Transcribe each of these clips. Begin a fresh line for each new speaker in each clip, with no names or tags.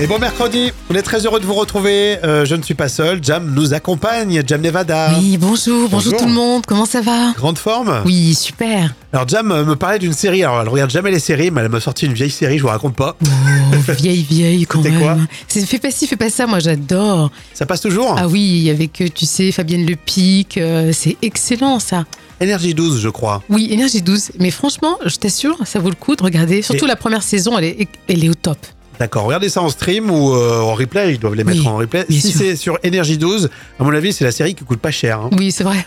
Et bon mercredi, on est très heureux de vous retrouver. Euh, je ne suis pas seul, Jam nous accompagne, Jam Nevada.
Oui, bonjour, bonjour,
Bonjour.
tout le monde, comment ça va
Grande forme
Oui, super.
Alors Jam euh, me parlait d'une série, alors elle regarde jamais les séries, mais elle m'a sorti une vieille série, je vous raconte pas.
Oh, vieille, vieille quand
C'était
même.
quoi Oh.
C'est- fais pas ci, fais pas ça, moi j'adore.
Ça passe toujours
Ah oui, avec, euh, tu sais, Fabienne Lepic, euh, c'est excellent ça.
Énergie 12 je crois.
Oui, Énergie 12. Mais franchement, je t'assure, ça vaut le coup de regarder. Surtout
Et-
la première saison, elle est, elle est au top.
D'accord, regardez ça en stream ou euh, en replay, ils doivent les mettre
Oui,
en replay.
bien
Si
sûr.
c'est sur Énergie 12, à mon avis c'est la série qui coûte pas cher. hein.
Oui, c'est vrai.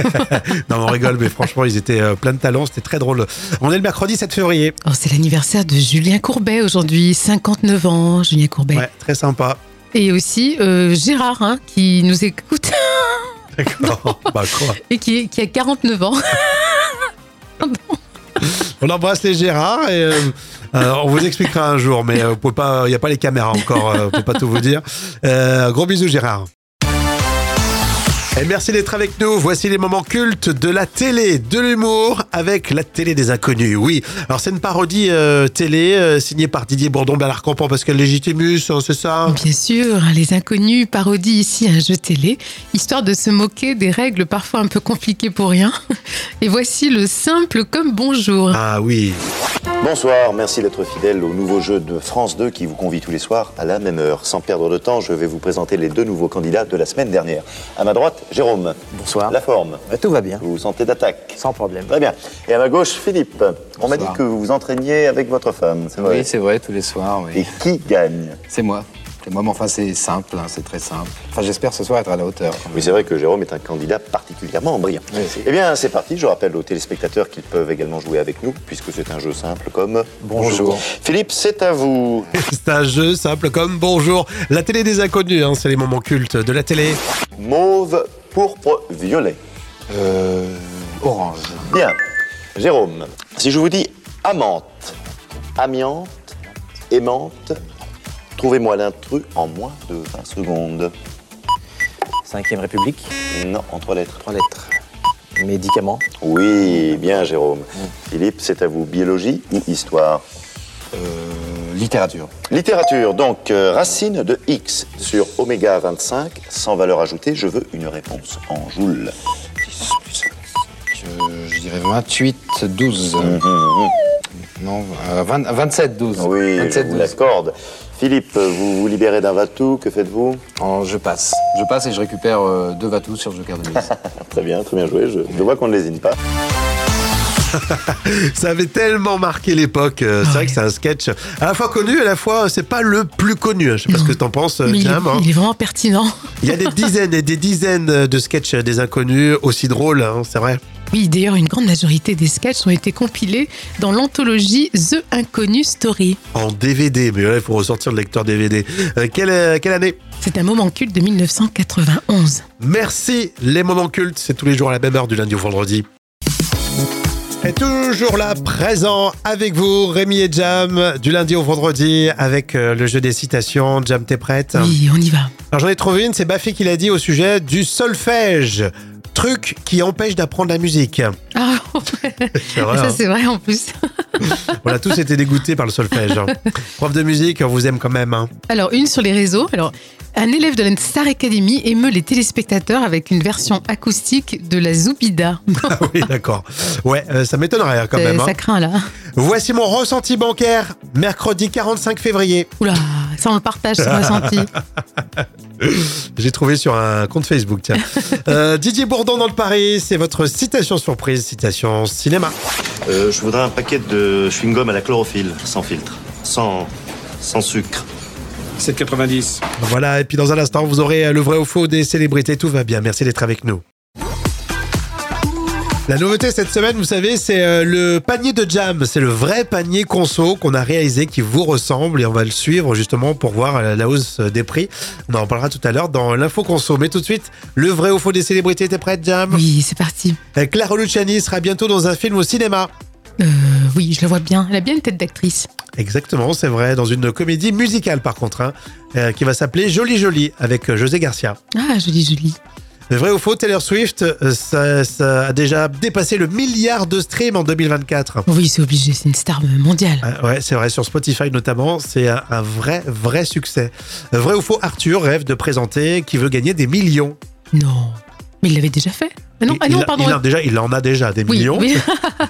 Non mais on rigole, mais franchement ils étaient euh, plein de talent, c'était très drôle. On est le mercredi 7 février,
Oh, c'est l'anniversaire de Julien Courbet aujourd'hui, 59 ans, Julien Courbet.
ouais, très sympa.
Et aussi euh, Gérard, hein, qui nous écoute
D'accord, bah quoi
et qui, qui a 49 ans.
On embrasse les Gérard et euh, euh, on vous expliquera un jour, mais euh, vous pouvez pas, il n'y a pas les caméras encore, euh, on peut pas tout vous dire. Euh, gros bisous Gérard. Et merci d'être avec nous. Voici les moments cultes de la télé, de l'humour avec la télé des inconnus. Oui, alors c'est une parodie euh, télé euh, signée par Didier Bourdon, Bernard Campan, Pascal Légitimus, hein, c'est ça
Bien sûr, les inconnus parodient ici un jeu télé, histoire de se moquer des règles parfois un peu compliquées pour rien. Et voici le simple comme bonjour.
Ah oui.
Bonsoir, merci d'être fidèle au nouveau jeu de France 2 qui vous convie tous les soirs à la même heure. Sans perdre de temps, je vais vous présenter les deux nouveaux candidats de la semaine dernière. À ma droite, Jérôme.
Bonsoir.
La forme.
Bah, tout va bien,
Vous vous sentez d'attaque
sans problème.
Très bien. Et à ma gauche, Philippe. On m'a dit
Bonsoir.
que vous vous entraîniez avec votre femme, c'est vrai
Oui, c'est vrai, tous les soirs, oui.
Et qui gagne
C'est moi. C'est moi, mais enfin, c'est simple, hein, c'est très simple. Enfin, j'espère ce soir être à la hauteur.
Oui, c'est vrai que Jérôme est un candidat particulièrement brillant.
Oui, c'est-
eh bien, c'est parti. Je rappelle aux téléspectateurs qu'ils peuvent également jouer avec nous, puisque c'est un jeu simple comme...
Bonjour.
Philippe, c'est à vous.
C'est un jeu simple comme bonjour. La télé des inconnus, hein, c'est les moments cultes de la télé.
Mauve, pourpre, violet.
Euh, orange.
Bien. Jérôme, si je vous dis amante, amiante, aimante, trouvez-moi l'intrus en moins de 20 secondes.
Cinquième République,
Non, en trois lettres.
trois lettres. Médicaments,
Oui, bien Jérôme. Philippe, c'est à vous. Biologie ou histoire
Euh, littérature.
Littérature, donc euh, racine de X sur oméga 25, sans valeur ajoutée, je veux une réponse en joules.
10 plus Je, je dirais 28, 12. Mm-hmm. Non, euh, 20 27, 12.
Oui, je
27,
vous
12.
l'accorde. Philippe, vous vous libérez d'un vatou, que faites-vous
En- je passe. Je passe et je récupère euh, deux vatous sur le Joker de mise.
Très bien, très bien joué, je, je vois qu'on ne lésine pas.
Ça avait tellement marqué l'époque. euh,
Ah
C'est vrai que c'est un sketch à la fois connu, à la fois euh, c'est pas le plus connu. Je sais pas ce que t'en penses, euh,
Mais il, est,
Jam, hein.
il est vraiment pertinent.
Il y a des dizaines et des dizaines euh, de sketchs des inconnus aussi drôles, hein, c'est vrai.
Oui, d'ailleurs, une grande majorité des sketchs ont été compilés dans l'anthologie The Inconnu Story.
En DVD, mais là il faut ressortir le lecteur DVD. Euh, quelle, euh, quelle année
C'est un moment culte de 1991.
Merci les moments cultes, c'est tous les jours à la même heure du lundi au vendredi. Et toujours là, présent avec vous, Rémi et Jam, du lundi au vendredi, avec euh, le jeu des citations. Jam, t'es prête
Oui, on y va.
Alors j'en ai trouvé une, c'est Baffy qui l'a dit au sujet du solfège. Truc qui empêche d'apprendre la musique.
Ah,
C'est vrai,
ça
hein.
c'est vrai en plus.
On a tous été dégoûtés par le solfège. hein. Prof de musique, on vous aime quand même. hein.
Alors, une sur les réseaux. Alors, un élève de la Star Academy émeut les téléspectateurs avec une version acoustique de la Zoubida.
Ah oui, d'accord. Ouais, euh, ça m'étonnerait hein, quand
Euh,
même. hein.
Ça craint là.
Voici mon ressenti bancaire, mercredi 45 février.
Oula, ça on le partage, ce ressenti.
J'ai trouvé sur un compte Facebook, tiens. Euh, Didier Bourdon dans le Paris, c'est votre citation surprise, citation cinéma.
Euh, je voudrais un paquet de chewing-gum à la chlorophylle, sans filtre, sans, sans sucre.
7,90.
Voilà, et puis dans un instant, vous aurez euh, le vrai ou faux des célébrités. Tout va bien, merci d'être avec nous. La nouveauté cette semaine, vous savez, c'est euh, le panier de jam. C'est le vrai panier conso qu'on a réalisé qui vous ressemble et on va le suivre justement pour voir euh, la hausse des prix. On en parlera tout à l'heure dans l'info conso. Mais tout de suite, le vrai ou faux des célébrités, t'es prête, Jam
Oui, c'est parti.
Euh, Clara Luciani sera bientôt dans un film au cinéma.
Euh, oui, je la vois bien. Elle a bien une tête d'actrice.
Exactement, c'est vrai, dans une comédie musicale par contre, hein, euh, qui va s'appeler Jolie Jolie avec euh, José Garcia.
Ah, jolie, jolie.
Mais vrai ou faux, Taylor Swift, euh, ça, ça a déjà dépassé le milliard de streams en 2024.
Oui, c'est obligé, c'est une star euh, mondiale.
Ah, Ouais, c'est vrai, sur Spotify notamment, c'est un, un vrai, vrai succès. Euh, Vrai ou faux, Arthur rêve de présenter qui veut gagner des millions.
Non. Mais il l'avait déjà fait. Ah non,
Il-
ah
il,
non
a-
pardon.
Il, en a déjà, il en a déjà des
oui,
millions.
oui.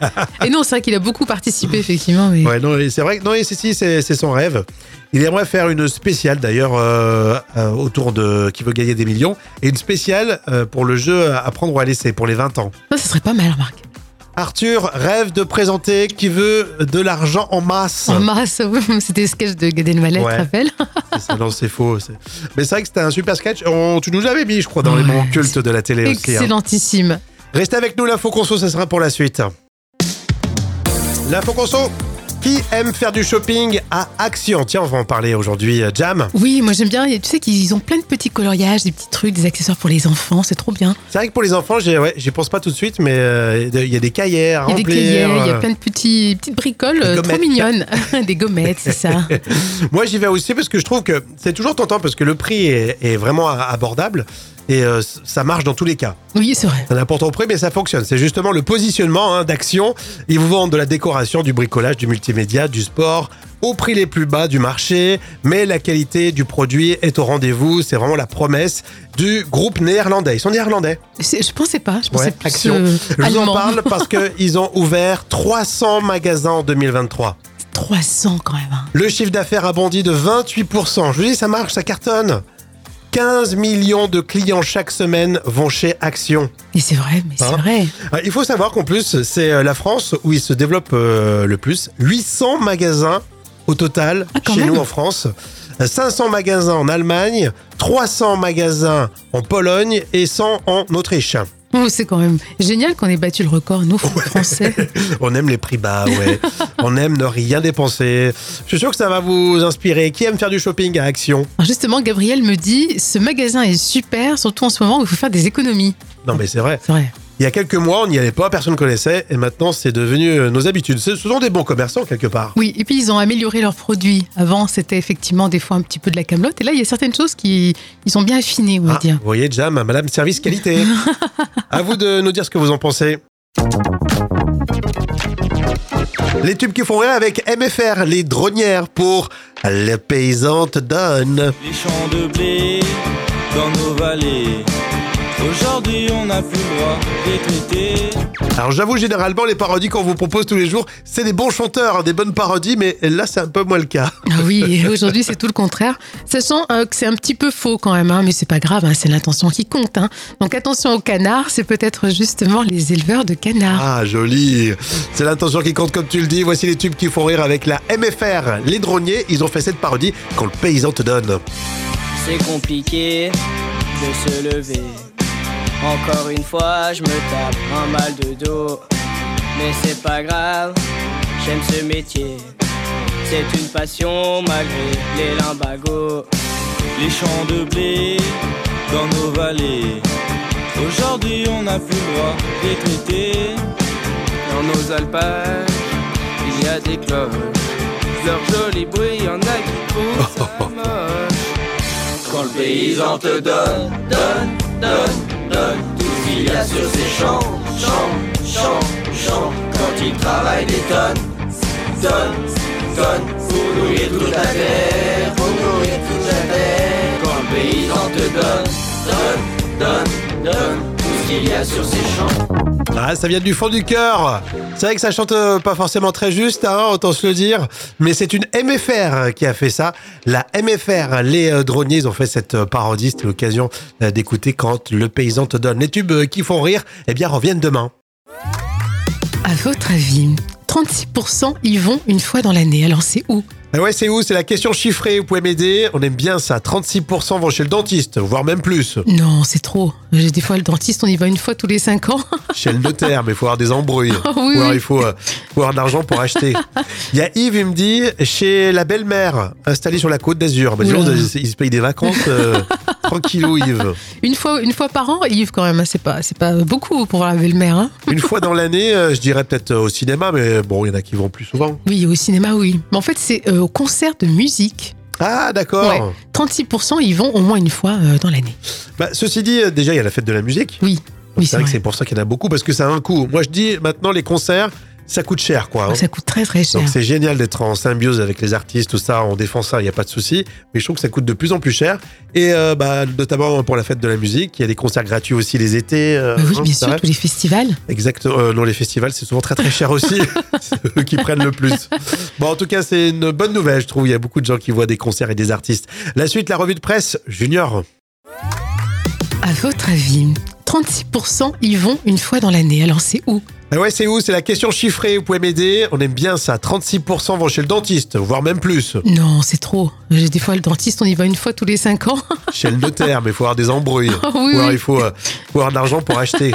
et non, c'est vrai qu'il a beaucoup participé, effectivement. Mais...
Ouais, non, et c'est vrai que non, et si, si, c'est c'est son rêve. Il aimerait faire une spéciale d'ailleurs euh, euh, autour de qui veut gagner des millions et une spéciale euh, pour le jeu à apprendre ou à laisser pour les 20 ans.
Ça, ça serait pas mal, Marc.
Arthur rêve de présenter qui veut de l'argent en masse.
En masse, c'était le sketch de Gad Elmaleh,
Ouais.
tu te rappelles
C'est ça, non, c'est faux. c'est- Mais c'est vrai que c'était un super sketch. On- tu nous l'avais mis, je crois, dans les
Ouais,
moments cultes de la télé aussi. hein.
Excellentissime.
Restez avec nous, l'info conso, ça sera pour la suite. L'info conso, qui aime faire du shopping à Action Tiens, on va en parler aujourd'hui, euh, Jam.
Oui, moi j'aime bien. Il y a- Tu sais qu'ils ont plein de petits coloriages, des petits trucs, des accessoires pour les enfants, c'est trop bien.
C'est vrai que pour les enfants, j'y ouais, j'y pense pas tout de suite, mais euh, il y a des cahiers à
Il y a des
remplir.
cueillères, il y a
euh.
plein de petits, petites bricoles
Des
euh, trop
gommettes.
mignonnes. des gommettes, c'est ça.
Moi, j'y vais aussi parce que je trouve que c'est toujours tentant parce que le prix est, est vraiment a- abordable et euh, c- ça marche dans tous les cas.
Oui, c'est vrai.
C'est un important prix, mais ça fonctionne. C'est justement le positionnement hein, d'Action. Ils vous vendent de la décoration, du bricolage, du multimédia, du sport, au prix les plus bas du marché, mais la qualité du produit est au rendez-vous. C'est vraiment la promesse du groupe néerlandais. Ils sont néerlandais.
C'est- Je pensais pas. Je pensais
Ouais,
plus
action.
euh,
Je vous en
allemand.
parle parce qu'ils ont ouvert 300 magasins en 2023.
300 quand même. hein.
Le chiffre d'affaires a bondi de 28%. Je vous dis, ça marche, ça cartonne. 15 millions de clients chaque semaine vont chez Action.
Et c'est vrai, mais
Hein
c'est vrai.
Ah, Il faut savoir qu'en plus, c'est euh, la France où il se développe euh, le plus. 800 magasins au total
Ah, quand
chez
même.
nous en France. Euh, 500 magasins en Allemagne, 300 magasins en Pologne et 100 en Autriche.
Oh, c'est quand même génial qu'on ait battu le record, nous, français.
On aime les prix bas, ouais. On aime ne rien dépenser. Je suis sûr que ça va vous inspirer. Qui aime faire du shopping à Action
Alors justement, Gabriel me dit ce magasin est super, surtout en ce moment où il faut faire des économies.
Non, mais c'est vrai.
C'est vrai.
Il y a quelques mois, on n'y allait pas, personne ne connaissait, et maintenant, c'est devenu euh, nos habitudes. Ce ce sont des bons commerçants, quelque part.
Oui, et puis ils ont amélioré leurs produits. Avant, c'était effectivement des fois un petit peu de la camelote. Et là, il y a certaines choses qui ils ont bien affiné, on va
Ah,
dire.
Vous voyez, Jam, Madame Service Qualité. à vous de nous dire ce que vous en pensez. Les tubes qui font rire avec MFR, les dronières pour Le paysan te donne.
Les champs de blé dans nos vallées. Aujourd'hui, on n'a plus le droit d'écouter.
Alors j'avoue, généralement, les parodies qu'on vous propose tous les jours, c'est des bons chanteurs, hein, des bonnes parodies, mais là, c'est un peu moins le cas.
Ah oui, et aujourd'hui, c'est tout le contraire. Sachant euh, que c'est un petit peu faux quand même, hein, mais c'est pas grave, hein, c'est l'intention qui compte. hein. Donc attention aux canards, c'est peut-être justement les éleveurs de canards.
Ah, joli C'est l'intention qui compte, comme tu le dis. Voici les tubes qui font rire avec la MFR. Les droniers, ils ont fait cette parodie quand le paysan te donne.
C'est compliqué de se lever. Encore une fois, je me tape un mal de dos. Mais c'est pas grave, j'aime ce métier. C'est une passion malgré les limbagos. Les champs de blé dans nos vallées. Aujourd'hui, on n'a plus le droit d'écouter. Dans nos alpages, il y a des cloches. Leur joli bruit, y en a qui trouvent ça moche. Quand le paysan te donne, donne, donne, donne Tout ce qu'il y a sur ses champs, champs, champs, champs Quand il travaille des tonnes, tonnes, tonnes Pour nourrir toute la terre, pour nourrir toute la terre Quand le paysan te donne, donne, donne, donne Tout ce qu'il y a sur ses champs
Ah, ça vient du fond du cœur. C'est vrai que ça chante euh, pas forcément très juste, hein, autant se le dire. Mais c'est une MFR qui a fait ça. La MFR, les euh, droniers, ils ont fait cette euh, parodie. C'était l'occasion euh, d'écouter quand le paysan te donne. Les tubes euh, qui font rire, eh bien, reviennent demain. Ah.
À votre avis, 36% y vont une fois dans l'année. Alors c'est où
Ah ouais, c'est où C'est la question chiffrée. Vous pouvez m'aider. On aime bien ça. 36% vont chez le dentiste, voire même plus.
Non, c'est trop. J'ai Des fois, le dentiste, on y va une fois tous les 5 ans.
chez le notaire, mais il faut avoir des embrouilles.
Ah oui,
Ou alors
oui.
il faut, euh, faut avoir de l'argent pour acheter. Il y a Yves, il me dit, chez la belle-mère, installée sur la côte d'Azur. Bah, dis
Oula.
donc, il se paye des vacances. euh, tranquillou, Yves.
Une fois, une fois par an, Yves, quand même, hein, c'est pas, c'est pas beaucoup pour la belle-mère. hein.
Une fois dans l'année, euh, je dirais peut-être euh, au cinéma, mais bon, il y en a qui vont plus souvent.
Oui, au cinéma, oui. Mais en fait, c'est euh, au concert de musique.
Ah, d'accord.
Ouais. 36% y vont au moins une fois euh, dans l'année.
Bah, ceci dit, euh, déjà, il y a la fête de la musique.
Oui.
Donc,
Oui,
c'est vrai que c'est pour ça qu'il y en a beaucoup, parce que ça a un coût. Moi, je dis maintenant, les concerts, ça coûte cher, quoi. hein.
Ça coûte très très cher.
Donc, c'est génial d'être en symbiose avec les artistes, tout ça. On défend ça, il n'y a pas de souci. Mais je trouve que ça coûte de plus en plus cher. Et euh, bah, notamment pour la fête de la musique, il y a des concerts gratuits aussi les étés. euh,
Bah oui,
hein,
bien
ça
sûr,
reste.
tous les festivals.
Exact. euh, non, les festivals, c'est souvent très très cher aussi. c'est eux qui prennent le plus. Bon, en tout cas, c'est une bonne nouvelle, je trouve. Il y a beaucoup de gens qui voient des concerts et des artistes. La suite, la revue de presse, Junior.
À votre avis, 36% y vont une fois dans l'année. Alors c'est où
Ah ouais, c'est où C'est la question chiffrée. Vous pouvez m'aider. On aime bien ça. 36% vont chez le dentiste, voire même plus.
Non, c'est trop. J'ai des fois le dentiste, on y va une fois tous les 5 ans.
Chez le notaire, mais il faut avoir des embrouilles.
Ah
Ou
oui,
alors
oui.
il faut, euh, faut avoir de l'argent pour acheter.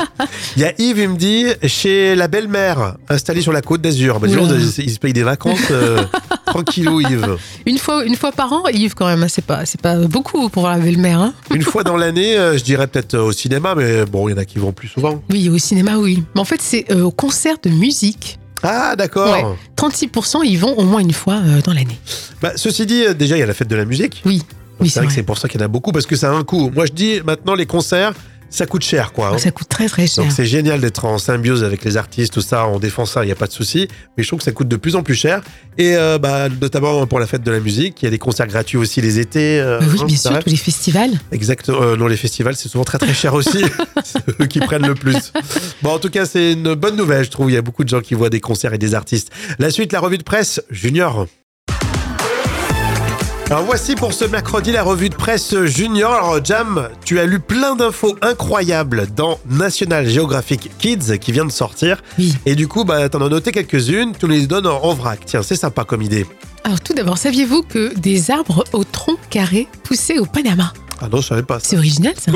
Il y a Yves, il me dit, chez la belle-mère, installée sur la côte d'Azur. Bah, dis
Oula.
donc, il se paye des vacances. euh, tranquillou, Yves.
Une fois, une fois par an, Yves quand même, hein, c'est pas, c'est pas beaucoup pour la belle-mère. hein.
Une fois dans l'année, euh, je dirais peut-être euh, au cinéma, mais bon, il y en a qui vont plus souvent.
Oui, au cinéma, oui. Mais en fait, c'est euh, au concert de musique.
Ah, d'accord.
Ouais. 36% y vont au moins une fois euh, dans l'année.
Bah, ceci dit, euh, déjà, il y a la fête de la musique.
Oui.
Donc,
Oui,
c'est
c'est
vrai que
vrai.
c'est pour ça qu'il y en a beaucoup, parce que ça a un coût. Moi, je dis maintenant, les concerts, ça coûte cher, quoi. hein.
Ça coûte très très cher.
Donc, c'est génial d'être en symbiose avec les artistes, tout ça. On défend ça, il n'y a pas de souci. Mais je trouve que ça coûte de plus en plus cher. Et euh, bah, notamment pour la fête de la musique, il y a des concerts gratuits aussi les étés. euh,
Bah oui,
hein,
bien
ça
sûr,
reste.
tous les festivals.
Exact. euh, non, les festivals, c'est souvent très très cher aussi. c'est eux qui prennent le plus. Bon, en tout cas, c'est une bonne nouvelle, je trouve. Il y a beaucoup de gens qui voient des concerts et des artistes. La suite, la revue de presse, Junior. Alors voici pour ce mercredi la revue de presse Junior. Alors Jam, tu as lu plein d'infos incroyables dans National Geographic Kids qui vient de sortir.
Oui.
Et du coup, bah, t'en as noté quelques-unes, tu nous les donnes en en vrac. Tiens, c'est sympa comme idée.
Alors tout d'abord, saviez-vous que des arbres au tronc carré poussaient au Panama
Ah non, je savais pas ça.
C'est original ça.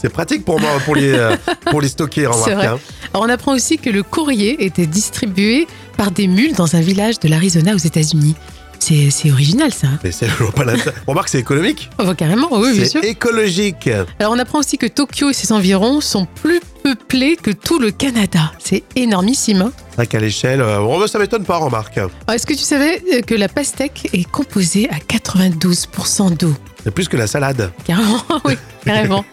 C'est pratique pour moi, pour les, euh, pour les stocker, remarque.
vrai.
hein.
Alors on apprend aussi que le courrier était distribué par des mules dans un village de l'Arizona aux États-Unis. C'est c'est original ça.
Mais c'est toujours pas la Remarque, c'est économique.
Oh, bah, carrément, oui, bien
c'est
sûr.
écologique.
Alors on apprend aussi que Tokyo et ses environs sont plus peuplés que tout le Canada. C'est énormissime. hein.
C'est vrai qu'à l'échelle, euh, bon, bah, ça m'étonne pas, remarque.
Alors, Est-ce que tu savais euh, que la pastèque est composée à 92% d'eau
C'est plus que la salade.
Carrément, oui, carrément.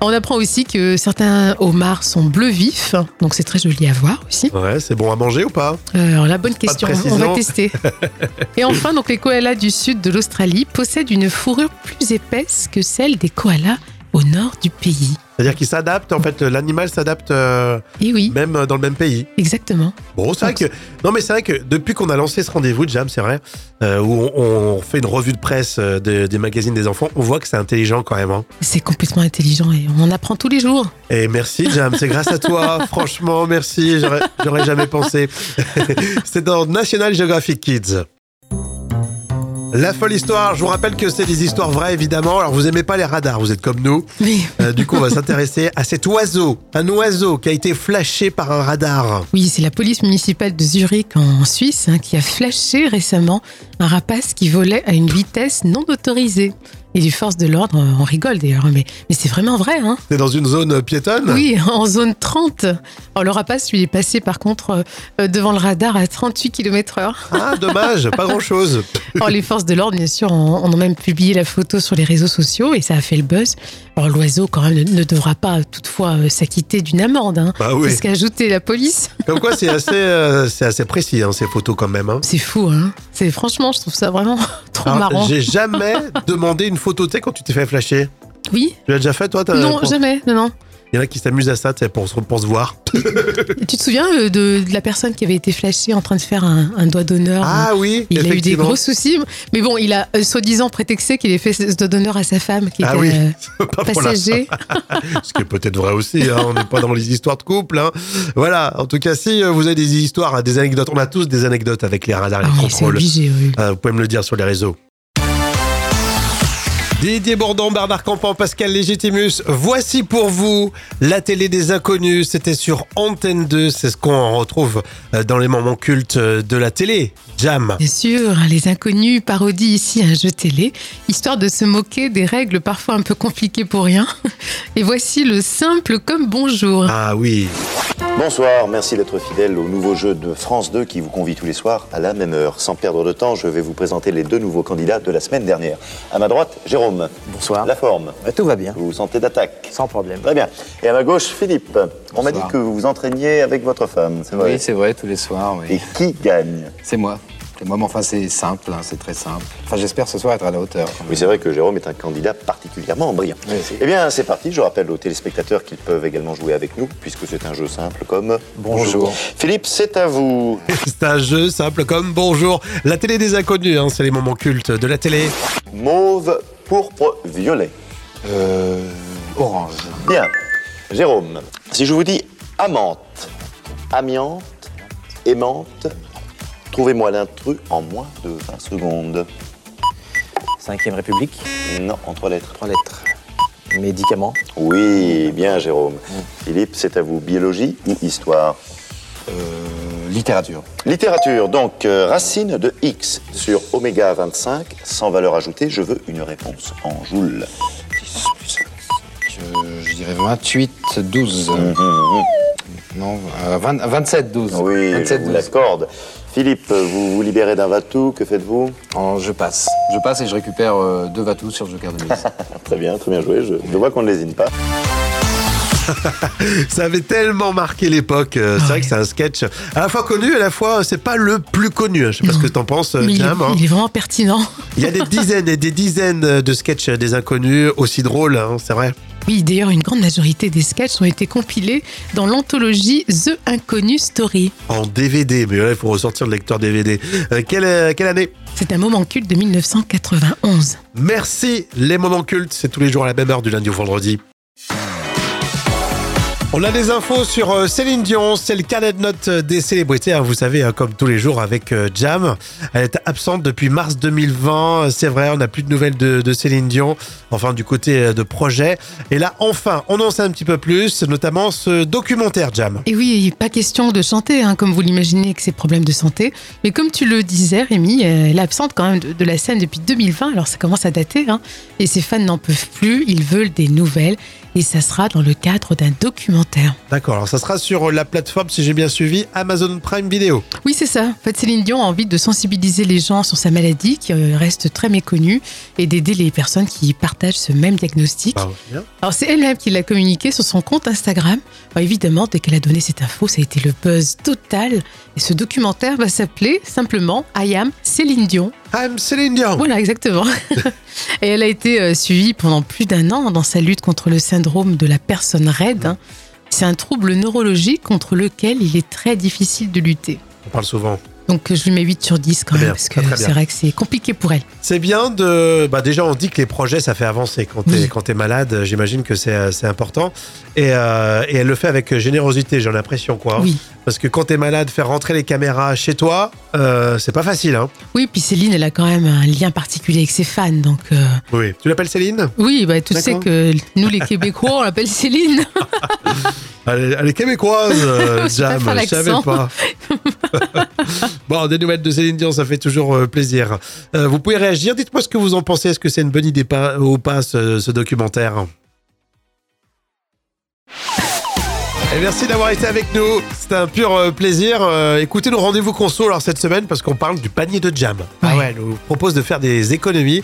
on apprend aussi que certains homards sont bleu vif, donc c'est très joli à voir aussi.
Ouais, c'est bon à manger ou pas
Euh, Alors, la bonne question, on
précision.
va tester. Et enfin, donc les koalas du sud de l'Australie possèdent une fourrure plus épaisse que celle des koalas au nord du pays.
C'est-à-dire qu'il s'adapte, en fait, l'animal s'adapte euh,
Et oui,
même euh, dans le même pays.
exactement.
Bon, c'est vrai que. Non, mais c'est vrai que depuis qu'on a lancé ce rendez-vous de Jam, c'est vrai, euh, où on, on fait une revue de presse euh, de- des magazines des enfants, on voit que c'est intelligent quand même. hein.
C'est complètement intelligent et on en apprend tous les jours.
Et merci Jam, c'est grâce à toi, franchement, merci, j'aurais- j'aurais jamais pensé. c'est dans National Geographic Kids. La folle histoire, je vous rappelle que c'est des histoires vraies évidemment, alors vous aimez pas les radars, vous êtes comme nous.
Mais
Euh, du coup, on va s'intéresser à cet oiseau, un oiseau qui a été flashé par un radar.
oui, c'est la police municipale de Zurich en Suisse hein, qui a flashé récemment un rapace qui volait à une vitesse non autorisée. Et les forces de l'ordre, euh, on rigole d'ailleurs, mais, mais c'est vraiment vrai. Hein
C'est dans une zone piétonne
Oui, en zone 30. Alors, le rapace, lui, est passé par contre euh, devant le radar à 38 km/h.
Ah, dommage, pas grand chose.
Alors, Oh, les forces de l'ordre, bien sûr, en- en ont même publié la photo sur les réseaux sociaux et ça a fait le buzz. Alors, l'oiseau, quand même, ne, ne devra pas toutefois euh, s'acquitter d'une amende. Hein.
Bah
C'est
oui.
ce qu'a ajouté la police.
Comme quoi, c'est assez, euh, c'est assez précis, hein, ces photos quand même. hein.
C'est fou, hein C'est franchement, je trouve ça vraiment trop
Alors,
marrant.
Ah, J'ai jamais demandé une photo, tu sais, quand tu t'es fait flasher.
Oui
Tu l'as déjà fait, toi t'as-
Non,
pour-
jamais, non, non.
Il y en a qui s'amusent à ça, tu sais, pour, se- pour se voir.
Et Tu te souviens euh, de, de la personne qui avait été flashée en train de faire un, un doigt d'honneur hein
Ah oui,
Il a eu des
effectivement.
gros soucis, mais bon, il a euh, soi-disant prétexté qu'il ait fait ce doigt d'honneur à sa femme, qui
Ah
était
oui,
euh,
Pas pour la-
passager.
Ce qui est peut-être vrai aussi, hein, on n'est pas dans les histoires de couple. hein. Voilà, en tout cas, si euh, vous avez des histoires, des anecdotes, on a tous des anecdotes avec les radars, les
Ah oui, c'est
contrôles.
obligé, oui.
Euh, vous pouvez me le dire sur les réseaux. Didier Bourdon, Bernard Campan, Pascal Légitimus, voici pour vous la télé des inconnus. C'était sur Antenne 2, c'est ce qu'on retrouve euh, dans les moments cultes euh, de la télé. Jam.
Bien sûr, hein, les inconnus parodient ici un jeu télé, histoire de se moquer des règles parfois un peu compliquées pour rien. Et voici le simple comme bonjour.
Ah oui.
Bonsoir, merci d'être fidèle au nouveau jeu de France 2 qui vous convie tous les soirs à la même heure. Sans perdre de temps, je vais vous présenter les deux nouveaux candidats de la semaine dernière. À ma droite, Jérôme.
Bonsoir.
La forme.
Bah, tout va bien.
Vous vous sentez d'attaque.
Sans problème.
Très bien. Et à ma gauche, Philippe. On m'a dit que vous vous entraîniez avec votre femme, c'est vrai.
Oui, c'est vrai, tous les soirs, oui.
Et qui gagne
C'est moi. C'est moi, mais enfin, c'est simple, hein, c'est très simple. Enfin, j'espère ce soir être à la hauteur. quand même.
Oui, c'est vrai que Jérôme est un candidat particulièrement brillant.
Oui, c'est-
eh bien, c'est parti. Je rappelle aux téléspectateurs qu'ils peuvent également jouer avec nous, puisque c'est un jeu simple comme
Bonjour.
Philippe, c'est à vous.
C'est un jeu simple comme bonjour. La télé des inconnus, hein, c'est les moments cultes de la télé.
Mauve, pourpre, violet.
Euh, orange.
Bien. Jérôme, si je vous dis amante, amiante, aimante, trouvez-moi l'intrus en moins de 20 secondes.
Cinquième République,
Non, en trois lettres.
trois lettres. Médicaments,
Oui, bien Jérôme.
Mm.
Philippe, c'est à vous. Biologie ou histoire
Euh, littérature.
Littérature, donc euh, racine de x sur oméga 25, sans valeur ajoutée, je veux une réponse en joules.
Je, je dirais 28, 12. Non, euh, 20 27, 12.
Oui, je
27,
vous
12.
l'accorde. Philippe, vous vous libérez d'un vatou, que faites-vous
En- je passe. Je passe et je récupère euh, deux Vatous sur le Joker de mise.
Ah, Très bien, très bien joué, je, je vois qu'on ne lésine pas.
Ça avait tellement marqué l'époque. euh, C'est vrai que c'est un sketch à la fois connu, à la fois euh, c'est pas le plus connu. Je sais pas ce que t'en penses, euh,
Mais il, est,
Jam, hein.
il est vraiment pertinent.
Il y a des dizaines et des dizaines euh, de sketchs des inconnus aussi drôles, hein, c'est vrai.
Oui, d'ailleurs, une grande majorité des sketchs ont été compilés dans l'anthologie The Inconnu Story.
En DVD, mais là il faut ressortir le lecteur DVD. Euh, quelle, euh, quelle année
C'est un moment culte de 1991.
Merci les moments cultes, c'est tous les jours à la même heure du lundi au vendredi. On a des infos sur euh, Céline Dion, c'est le carnet de notes euh, des célébrités, hein, vous savez, hein, comme tous les jours avec euh, Jam. Elle est absente depuis mars 2020, euh, c'est vrai, on n'a plus de nouvelles de, de Céline Dion, enfin du côté euh, de projet. Et là, enfin, on en sait un petit peu plus, notamment ce documentaire Jam.
Et oui, pas question de chanter, hein, comme vous l'imaginez, avec ses problèmes de santé. Mais comme tu le disais, Rémi, euh, elle est absente quand même de, de la scène depuis 2020, alors ça commence à dater. hein. et ses fans n'en peuvent plus, ils veulent des nouvelles. Et ça sera dans le cadre d'un documentaire.
D'accord, alors ça sera sur euh, la plateforme, si j'ai bien suivi, Amazon Prime Video.
Oui, c'est ça. En fait, Céline Dion a envie de sensibiliser les gens sur sa maladie, qui euh, reste très méconnue, et d'aider les personnes qui partagent ce même diagnostic.
Bah, bien.
Alors c'est elle-même qui l'a communiqué sur son compte Instagram. Alors, évidemment, dès qu'elle a donné cette info, ça a été le buzz total. Et ce documentaire va s'appeler simplement I am Céline Dion.
I'm Céline Dion
Voilà, exactement. Et elle a été euh, suivie pendant plus d'un an dans sa lutte contre le syndrome de la personne raide. hein. C'est un trouble neurologique contre lequel il est très difficile de lutter.
On parle souvent.
Donc euh, je lui mets 8 sur 10
Très
quand même,
bien,
parce que
très, très bien.
c'est vrai que c'est compliqué pour elle.
C'est bien de. Bah déjà, on dit que les projets, ça fait avancer. Quand t'es
Oui.
quand t'es malade, j'imagine que c'est euh, c'est important. Et, euh, et elle le fait avec générosité, j'ai l'impression, quoi. hein.
Oui.
Parce que quand t'es malade, faire rentrer les caméras chez toi, euh, c'est pas facile, hein.
Oui, puis Céline, elle a quand même un lien particulier avec ses fans, donc... euh,
Oui. Tu l'appelles Céline
Oui, bah, tu sais
D'accord.
que nous, les Québécois, on l'appelle Céline.
elle, est- elle est québécoise, euh,
Je sais pas
Jam.
faire
Je savais
l'accent.
pas. bon, des nouvelles de Céline Dion, ça fait toujours euh, plaisir. Euh, vous pouvez réagir. Dites-moi ce que vous en pensez. Est-ce que c'est une bonne idée pas, ou pas, ce, ce documentaire Et merci d'avoir été avec nous. C'était un pur euh, plaisir. Euh, écoutez nos rendez-vous conso alors cette semaine parce qu'on parle du panier de jam. Ah
Ouais.
ouais, elle nous propose de faire des économies.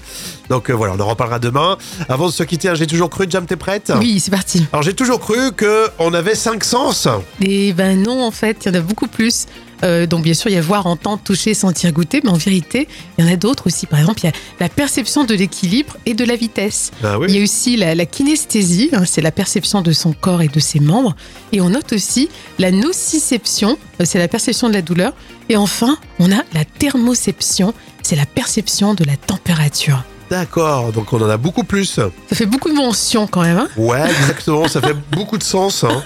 Donc euh, voilà, on en reparlera demain. Avant de se quitter, hein, j'ai toujours cru, Jam, t'es prête
Oui, c'est parti.
Alors j'ai toujours cru que on avait cinq sens.
Et ben non, en fait, il y en a beaucoup plus. Euh, donc, bien sûr, il y a voir, entendre, toucher, sentir, goûter. Mais en vérité, il y en a d'autres aussi. Par exemple, il y a la perception de l'équilibre et de la vitesse.
Ah
Il y a aussi la, la kinesthésie, hein, c'est la perception de son corps et de ses membres. Et on note aussi la nociception, euh, c'est la perception de la douleur. Et enfin, on a la thermoception, c'est la perception de la température.
D'accord, donc on en a beaucoup plus.
Ça fait beaucoup de mentions quand même. hein.
Ouais, exactement, ça fait beaucoup de sens. hein.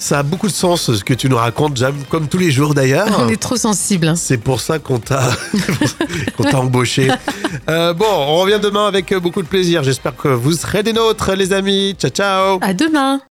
Ça a beaucoup de sens ce que tu nous racontes, Jam, comme tous les jours d'ailleurs.
On est trop sensible. hein.
C'est pour ça qu'on t'a qu'on t'a embauché. Euh, bon, on revient demain avec beaucoup de plaisir. J'espère que vous serez des nôtres, les amis. Ciao, ciao.
À demain